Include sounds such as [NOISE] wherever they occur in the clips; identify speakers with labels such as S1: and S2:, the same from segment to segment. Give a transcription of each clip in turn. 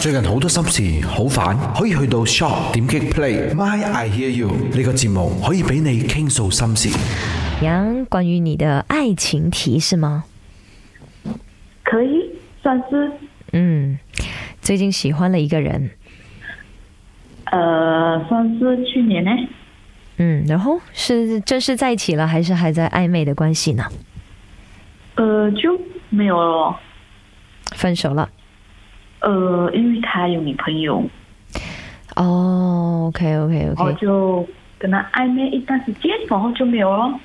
S1: 最近好多心事好煩，可以去到 Shop 點擊 Play My I Hear You 呢個節目，可以俾你傾訴心事。
S2: 杨，关于你的爱情题是吗？
S3: 可以算是
S2: 嗯，最近喜欢了一个人，
S3: 呃，算是去年呢，
S2: 嗯，然后是正式在一起了，还是还在暧昧的关系呢？
S3: 呃，就没有了哦。
S2: 分手了。
S3: 呃，因为他有女朋友，
S2: 哦，OK OK
S3: 我
S2: OK，
S3: 就跟他暧昧一段时间，然后就没有了。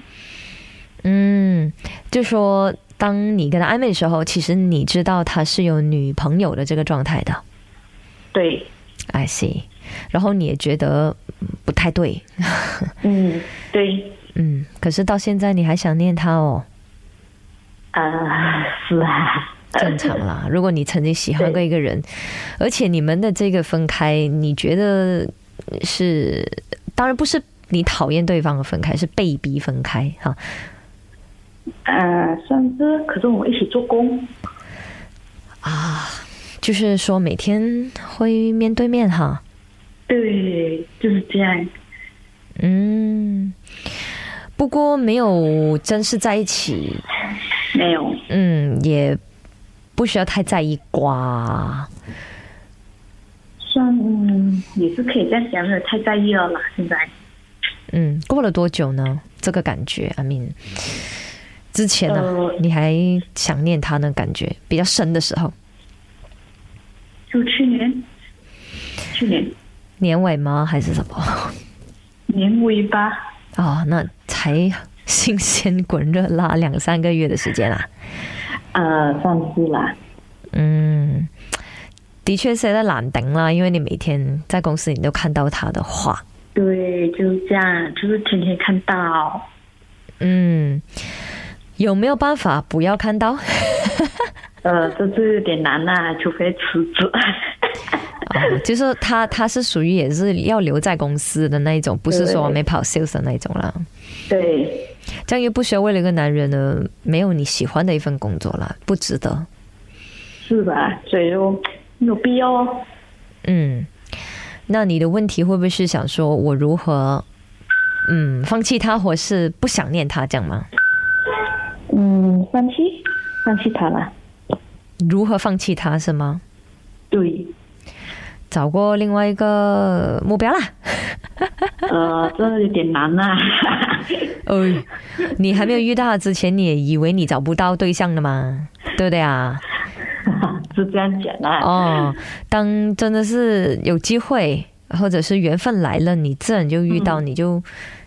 S2: 嗯，就说当你跟他暧昧的时候，其实你知道他是有女朋友的这个状态的
S3: 对，
S2: ，I see。然后你也觉得嗯不太对， [LAUGHS]
S3: 嗯，对，
S2: 嗯，可是到现在你还想念他哦，
S3: 呃，是啊，
S2: 正常啦。如果你曾经喜欢过一个人，而且你们的这个分开，你觉得是，当然不是你讨厌对方的分开，是被逼分开哈。
S3: [LAUGHS] 呃，算是，可是我们一起做工，
S2: 啊，就是说每天会面对面哈。
S3: 对，就是这样。
S2: 嗯，不过没有真是在一起，
S3: 没有，
S2: 嗯，也不需要太在意瓜。
S3: 算、嗯、也是可以这样讲，没有太在意了啦。现在，
S2: 嗯，过了多久呢？这个感觉，I mean，之前啊呢、
S3: 呃
S2: 你还想念他呢，感觉比较深的时候，
S3: 就去年，去年
S2: 年尾吗？还是什么？ [LAUGHS]
S3: 年尾吧，
S2: 哦，那才新鲜滚热辣两三个月的时间啊。
S3: 呃，算是啦。
S2: 嗯，的确是有点难顶啦，因为你每天在公司你都看到他的话，
S3: 对，就是这样，就是天天看到。
S2: 嗯，有没有办法不要看到？ [LAUGHS]
S3: 呃，这次有点难啦、除非辞 [LAUGHS] 职。
S2: 哦，就是他他是属于也是要留在公司的那一种，不是说
S3: 对
S2: 没跑 sales 的那一种啦。
S3: 对，
S2: 这样又不需要为了一个男人呢，没有你喜欢的一份工作啦，不值得。
S3: 是吧？所以就没有必要哦。
S2: 嗯，那你的问题会不会是想说我如何，嗯，放弃他，或是不想念他这样吗？
S3: 嗯，放弃，放弃他啦。
S2: 如何放弃他是吗？
S3: 对，
S2: 找过另外一个目标啦。
S3: [LAUGHS] 呃，这有点难 [LAUGHS] 啦、
S2: 哎，你还没有遇到他之前，你也以为你找不到对象的嘛，对不对啊？
S3: 是这样讲啊啦、
S2: 哦，当真的是有机会或者是缘分来了，你自然就遇到，你就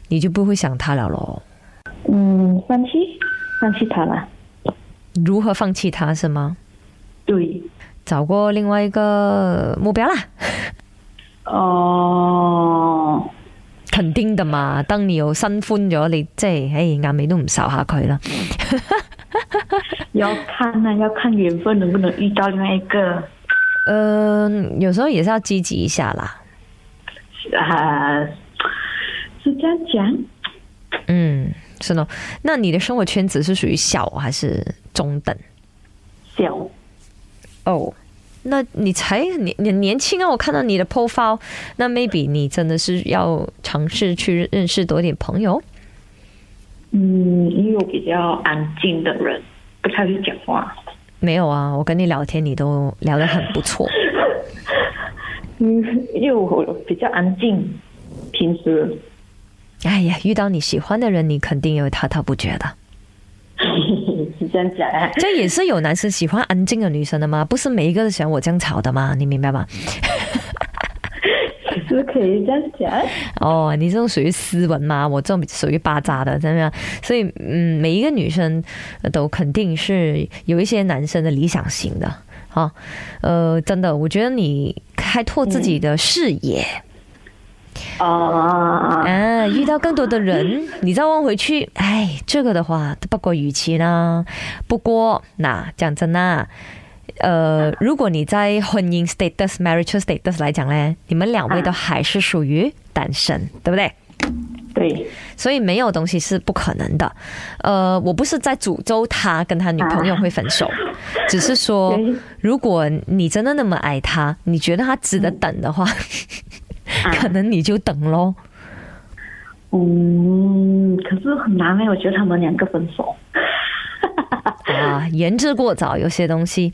S2: 你就不会想他了咯。
S3: 嗯，放弃，放弃他啦。
S2: 如何放弃他是吗？
S3: 对，
S2: 找过另外一个目标啦，
S3: 哦、
S2: 肯定的嘛。當你有新歡咗，你即係唉眼尾都唔睄下佢啦。
S3: 要看呢、要看缘分能不能遇到另外一个。
S2: 嗯、有時候也是要積極一下啦。
S3: 啊，是这样讲，
S2: 嗯，是呢。那你的生活圈子是属于小还是中等？
S3: 小
S2: 哦，那你才你你年轻啊！我看到你的 profile，那 maybe 你真的是要尝试去认识多一点朋友。
S3: 嗯，因为我比较安静的人，不太会讲话。
S2: 没有啊，我跟你聊天，你都聊得很不错。
S3: 嗯，因为我比较安静，平时
S2: 哎呀，遇到你喜欢的人，你肯定也会滔滔不绝的。
S3: 是这样讲 [LAUGHS] 啊。
S2: 这也是有男生喜欢安静的女生的吗？不是每一个都喜欢我这样吵的吗？你明白吗？
S3: 是可以这样讲，
S2: 哦，你这种属于斯文嘛，我这种属于巴扎的，怎么样？所以，嗯，每一个女生呃都肯定是有一些男生的理想型的啊。呃，真的，我觉得你开拓自己的视野、
S3: 哦、
S2: 啊，遇到更多的人，你再望回去，哎，这个的话不过预期啦。不过，那讲真啦。呃，如果你在婚姻 status、marriage status 来讲呢，你们两位都还是属于单身，对不对？
S3: 对，
S2: 所以没有东西是不可能的。呃，我不是在诅咒他跟他女朋友会分手，只是说，如果你真的那么爱他，你觉得他值得等的话，
S3: 啊
S2: [LAUGHS] 可能你就等喽。
S3: 嗯，可是很难哎，我觉得他们两个分手。
S2: [LAUGHS] 啊，言之过早，有些东西，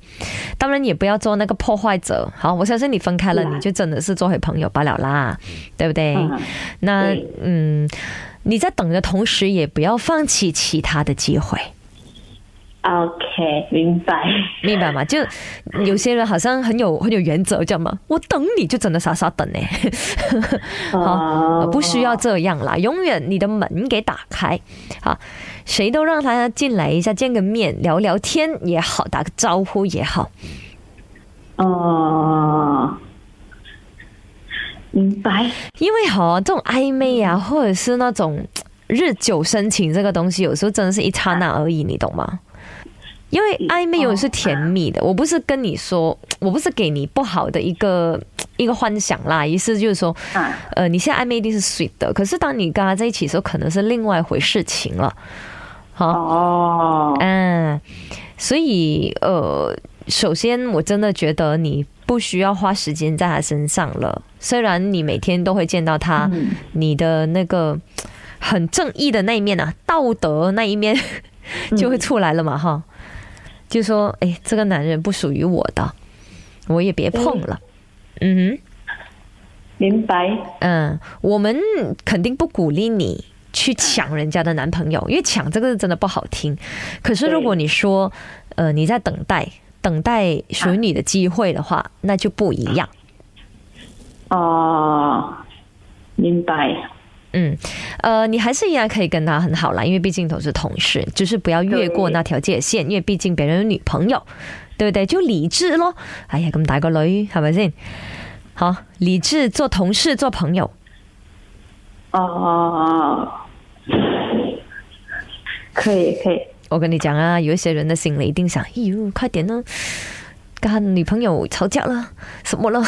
S2: 当然也不要做那个破坏者。好，我相信你分开了，
S3: 是啊
S2: 你就真的是做回朋友罢了啦，对不对？
S3: 嗯，
S2: 那
S3: 对
S2: 嗯，你在等的同时，也不要放弃其他的机会。
S3: OK，明白。
S2: 明白吗？就有些人好像很有很有原则，这样嘛，我等你就真的傻傻等呢、好，
S3: 哦
S2: [LAUGHS] 不需要这样啦，永远你的门给打开，好，谁都让他进来一下，见个面，聊聊天也好，打个招呼也好，
S3: 哦，明白。
S2: 因为哈这种暧昧啊，或者是那种嗯日久生情这个东西，有时候真的是一刹那而已，你懂吗？因为暧昧永远是甜蜜的，我不是跟你说，我不是给你不好的一个一个幻想啦，意思就是说，
S3: 啊，
S2: 呃，你现在暧昧一定是 sweet 的，可是当你跟他在一起的时候，可能是另外一回事情了。好，
S3: 哦，
S2: 嗯，所以呃，首先我真的觉得你不需要花时间在他身上了。虽然你每天都会见到他，
S3: 嗯
S2: 你的那个很正义的那一面啊，道德那一面就会出来了嘛，哈、就说哎，诶这个男人不属于我的，我也别碰了。嗯哼。
S3: 明白。
S2: 嗯，我们肯定不鼓励你去抢人家的男朋友，因为抢这个是真的不好听。可是如果你说，呃，你在等待等待属于你的机会的话，那就不一样。
S3: 哦，明白。
S2: 嗯，呃，你还是依然可以跟他很好啦，因为毕竟都是同事，只是不要越过那条界线，因为毕竟别人有女朋友，对不对？就理智咯。哎呀，咁大个女系咪先？好，理智做同事做朋友，
S3: 哦，可以可以。
S2: 我跟你讲啊，有一些人的心里一定想，哎呦，快点呢，跟他女朋友吵架了，什么了？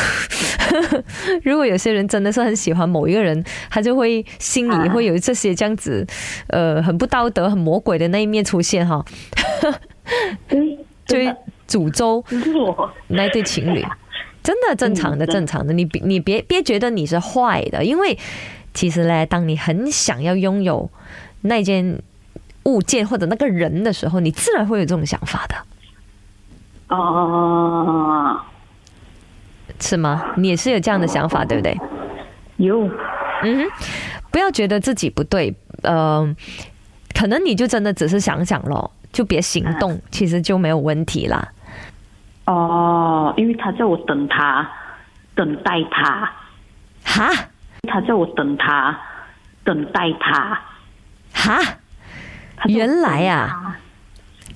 S2: [LAUGHS] 如果有些人真的是很喜欢某一个人，他就会心里
S3: 啊
S2: 会有这些这样子，呃，很不道德、很魔鬼的那一面出现哈，
S3: 对，
S2: 就会
S3: 真的
S2: 诅咒
S3: 不是我。
S2: 那一对情
S3: [LAUGHS]
S2: 侣，真的正常的，
S3: 嗯对
S2: 正常的。你别你别别觉得你是坏的，因为其实呢，当你很想要拥有那件物件或者那个人的时候，你自然会有这种想法的。
S3: 哦，
S2: 是吗？你也是有这样的想法，对不对？
S3: 有。
S2: 嗯哼，不要觉得自己不对，呃，可能你就真的只是想想咯，就别行
S3: 嗯
S2: 动，其实就没有问题啦。
S3: 哦，因为他叫我等他，等待他，
S2: 哈
S3: 他叫我等他，等待他。
S2: 哈，
S3: 他叫我
S2: 原来啊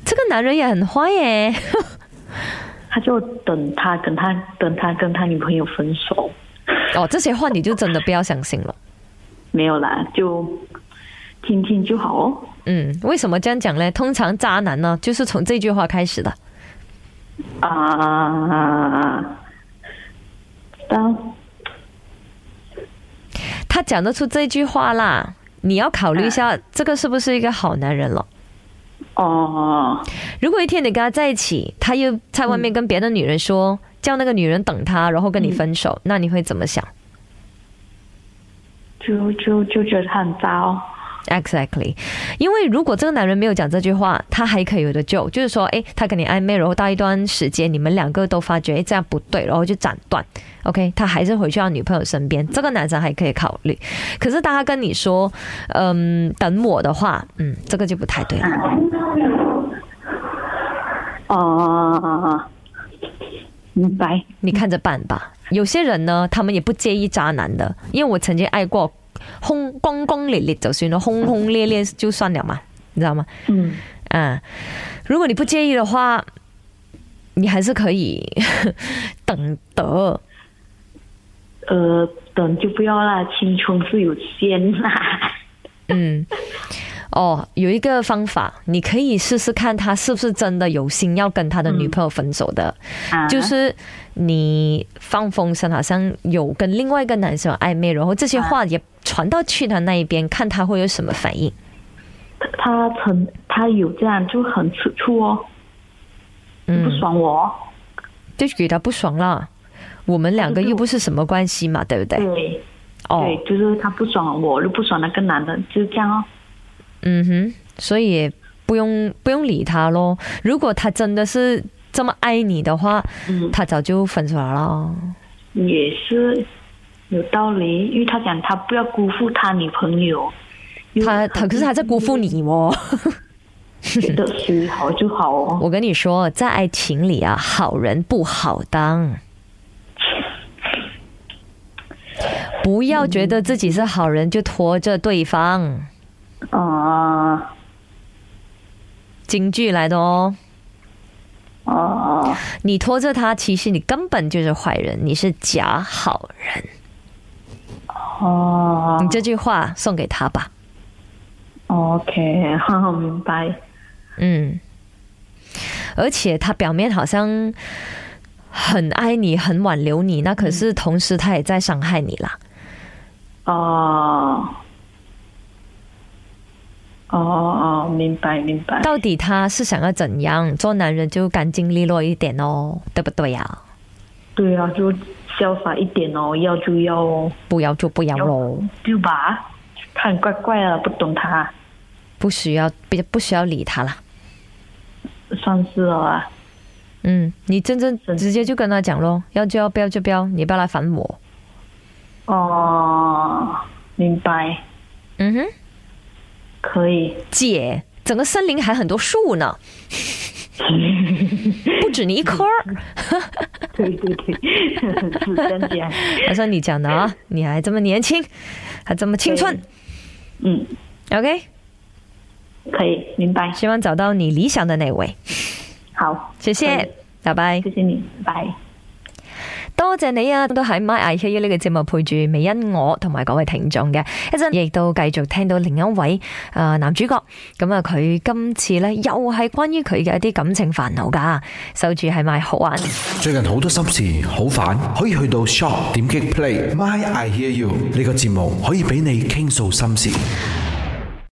S2: 这个男人也很坏耶， [LAUGHS]
S3: 等他，他就等他，等他，等他跟他女朋友分手，
S2: 哦，这些话你就真的不要相信了。
S3: 没有啦，就听听就好哦。
S2: 嗯，为什么这样讲呢？通常渣男呢，就是从这句话开始的。
S3: 啊，当
S2: 他讲得出这句话啦，你要考虑一下，这个是不是一个好男人了？
S3: 哦，
S2: 如果一天你跟他在一起，他又在外面跟别的女人说，叫那个女人等他，然后跟你分手，那你会怎么想
S3: 就就就觉得他很渣哦。
S2: ？Exactly，因为如果这个男人没有讲这句话，他还可以有的救，就是说，诶，他跟你暧昧，然后到一段时间，你们两个都发觉，诶，这样不对，然后就斩断。OK，他还是回去到女朋友身边，这个男生还可以考虑。可是当他跟你说，嗯，等我的话，嗯，这个就不太对了。
S3: 哦，明白。
S2: 你看着办吧。有些人呢，他们也不介意渣男的，因为我曾经爱过轰轰轰烈烈就算了，轰轰烈烈就算了嘛，你知道吗？
S3: 嗯，
S2: 嗯，如果你不介意的话，你还是可以 [LAUGHS] 等的。
S3: 呃，等就不要啦，青春是有限啦。
S2: 嗯，哦，有一个方法，你可以试试看他是不是真的有心要跟他的女朋友分手的。
S3: 啊
S2: 就是你放风声，好像有跟另外一个男生有暧昧，然后这些话也传到去他那一边，看他会有什么反应。
S3: 他很他有这样就很吃醋哦，不
S2: 嗯，
S3: 爽我哦，
S2: 就觉得不爽了。我们两个又不是什么关系嘛，对不对？
S3: 对
S2: 哦，
S3: 嗯对，就是他不爽我，又不爽那个男的，就是这样哦。
S2: 嗯哼，所以不用不用理他咯。如果他真的是这么爱你的话，
S3: 嗯，
S2: 他早就分手了咯。
S3: 也是有道理，因为他讲他不要辜负他女朋友，因为
S2: 他他可是他在辜负你哦。
S3: 觉得谁好就好哦。
S2: 我跟你说，在爱情里啊，好人不好当。不要觉得自己是好人就拖着对方，
S3: 啊
S2: 京剧来的哦。
S3: 啊啊！
S2: 你拖着他，其实你根本就是坏人，你是假好人。
S3: 哦
S2: 你这句话送给他吧。
S3: ，OK，哈哈，明白。
S2: 嗯，而且他表面好像很爱你，很挽留你，那可是同时他也在伤害你啦。
S3: 哦，哦哦，明白明白。
S2: 到底他是想要怎样？做男人就干净利落一点哦，对不对呀、
S3: 对啊，就潇洒一点哦，要就要哦，
S2: 不要就不要喽，
S3: 对吧？看怪怪的，不懂他，
S2: 不需要不不需要理他啦。
S3: 算是了啊。
S2: 嗯，你真正
S3: 是
S2: 直接就跟他讲咯，要就要，不要就不要，你不要来烦我。
S3: 哦，明白，
S2: 嗯哼，
S3: 可以。
S2: 姐，整个森林还很多树 [LAUGHS] 呢，不止你一棵儿。
S3: 对对对， [LAUGHS] 是这样讲。
S2: 他说你讲的啊，你还这么年轻，还这么青春。
S3: 嗯，
S2: OK，
S3: 可以，明白。
S2: 希望找到你理想的那位。
S3: 好，
S2: 谢
S3: 可以
S2: 谢，拜拜
S3: 谢。谢你，拜。
S2: 多謝你啊，都喺 My I Hear You 呢個節目陪住美欣我同埋各位聽眾嘅，一陣亦都繼續聽到另一位呃男主角，咁啊佢今次呢又係關於佢嘅一啲感情煩惱噶，守住係咪好玩？
S1: 最近好多心事好煩，可以去到 Shop 點擊 Play My I Hear You 呢個節目，可以俾你傾訴心事。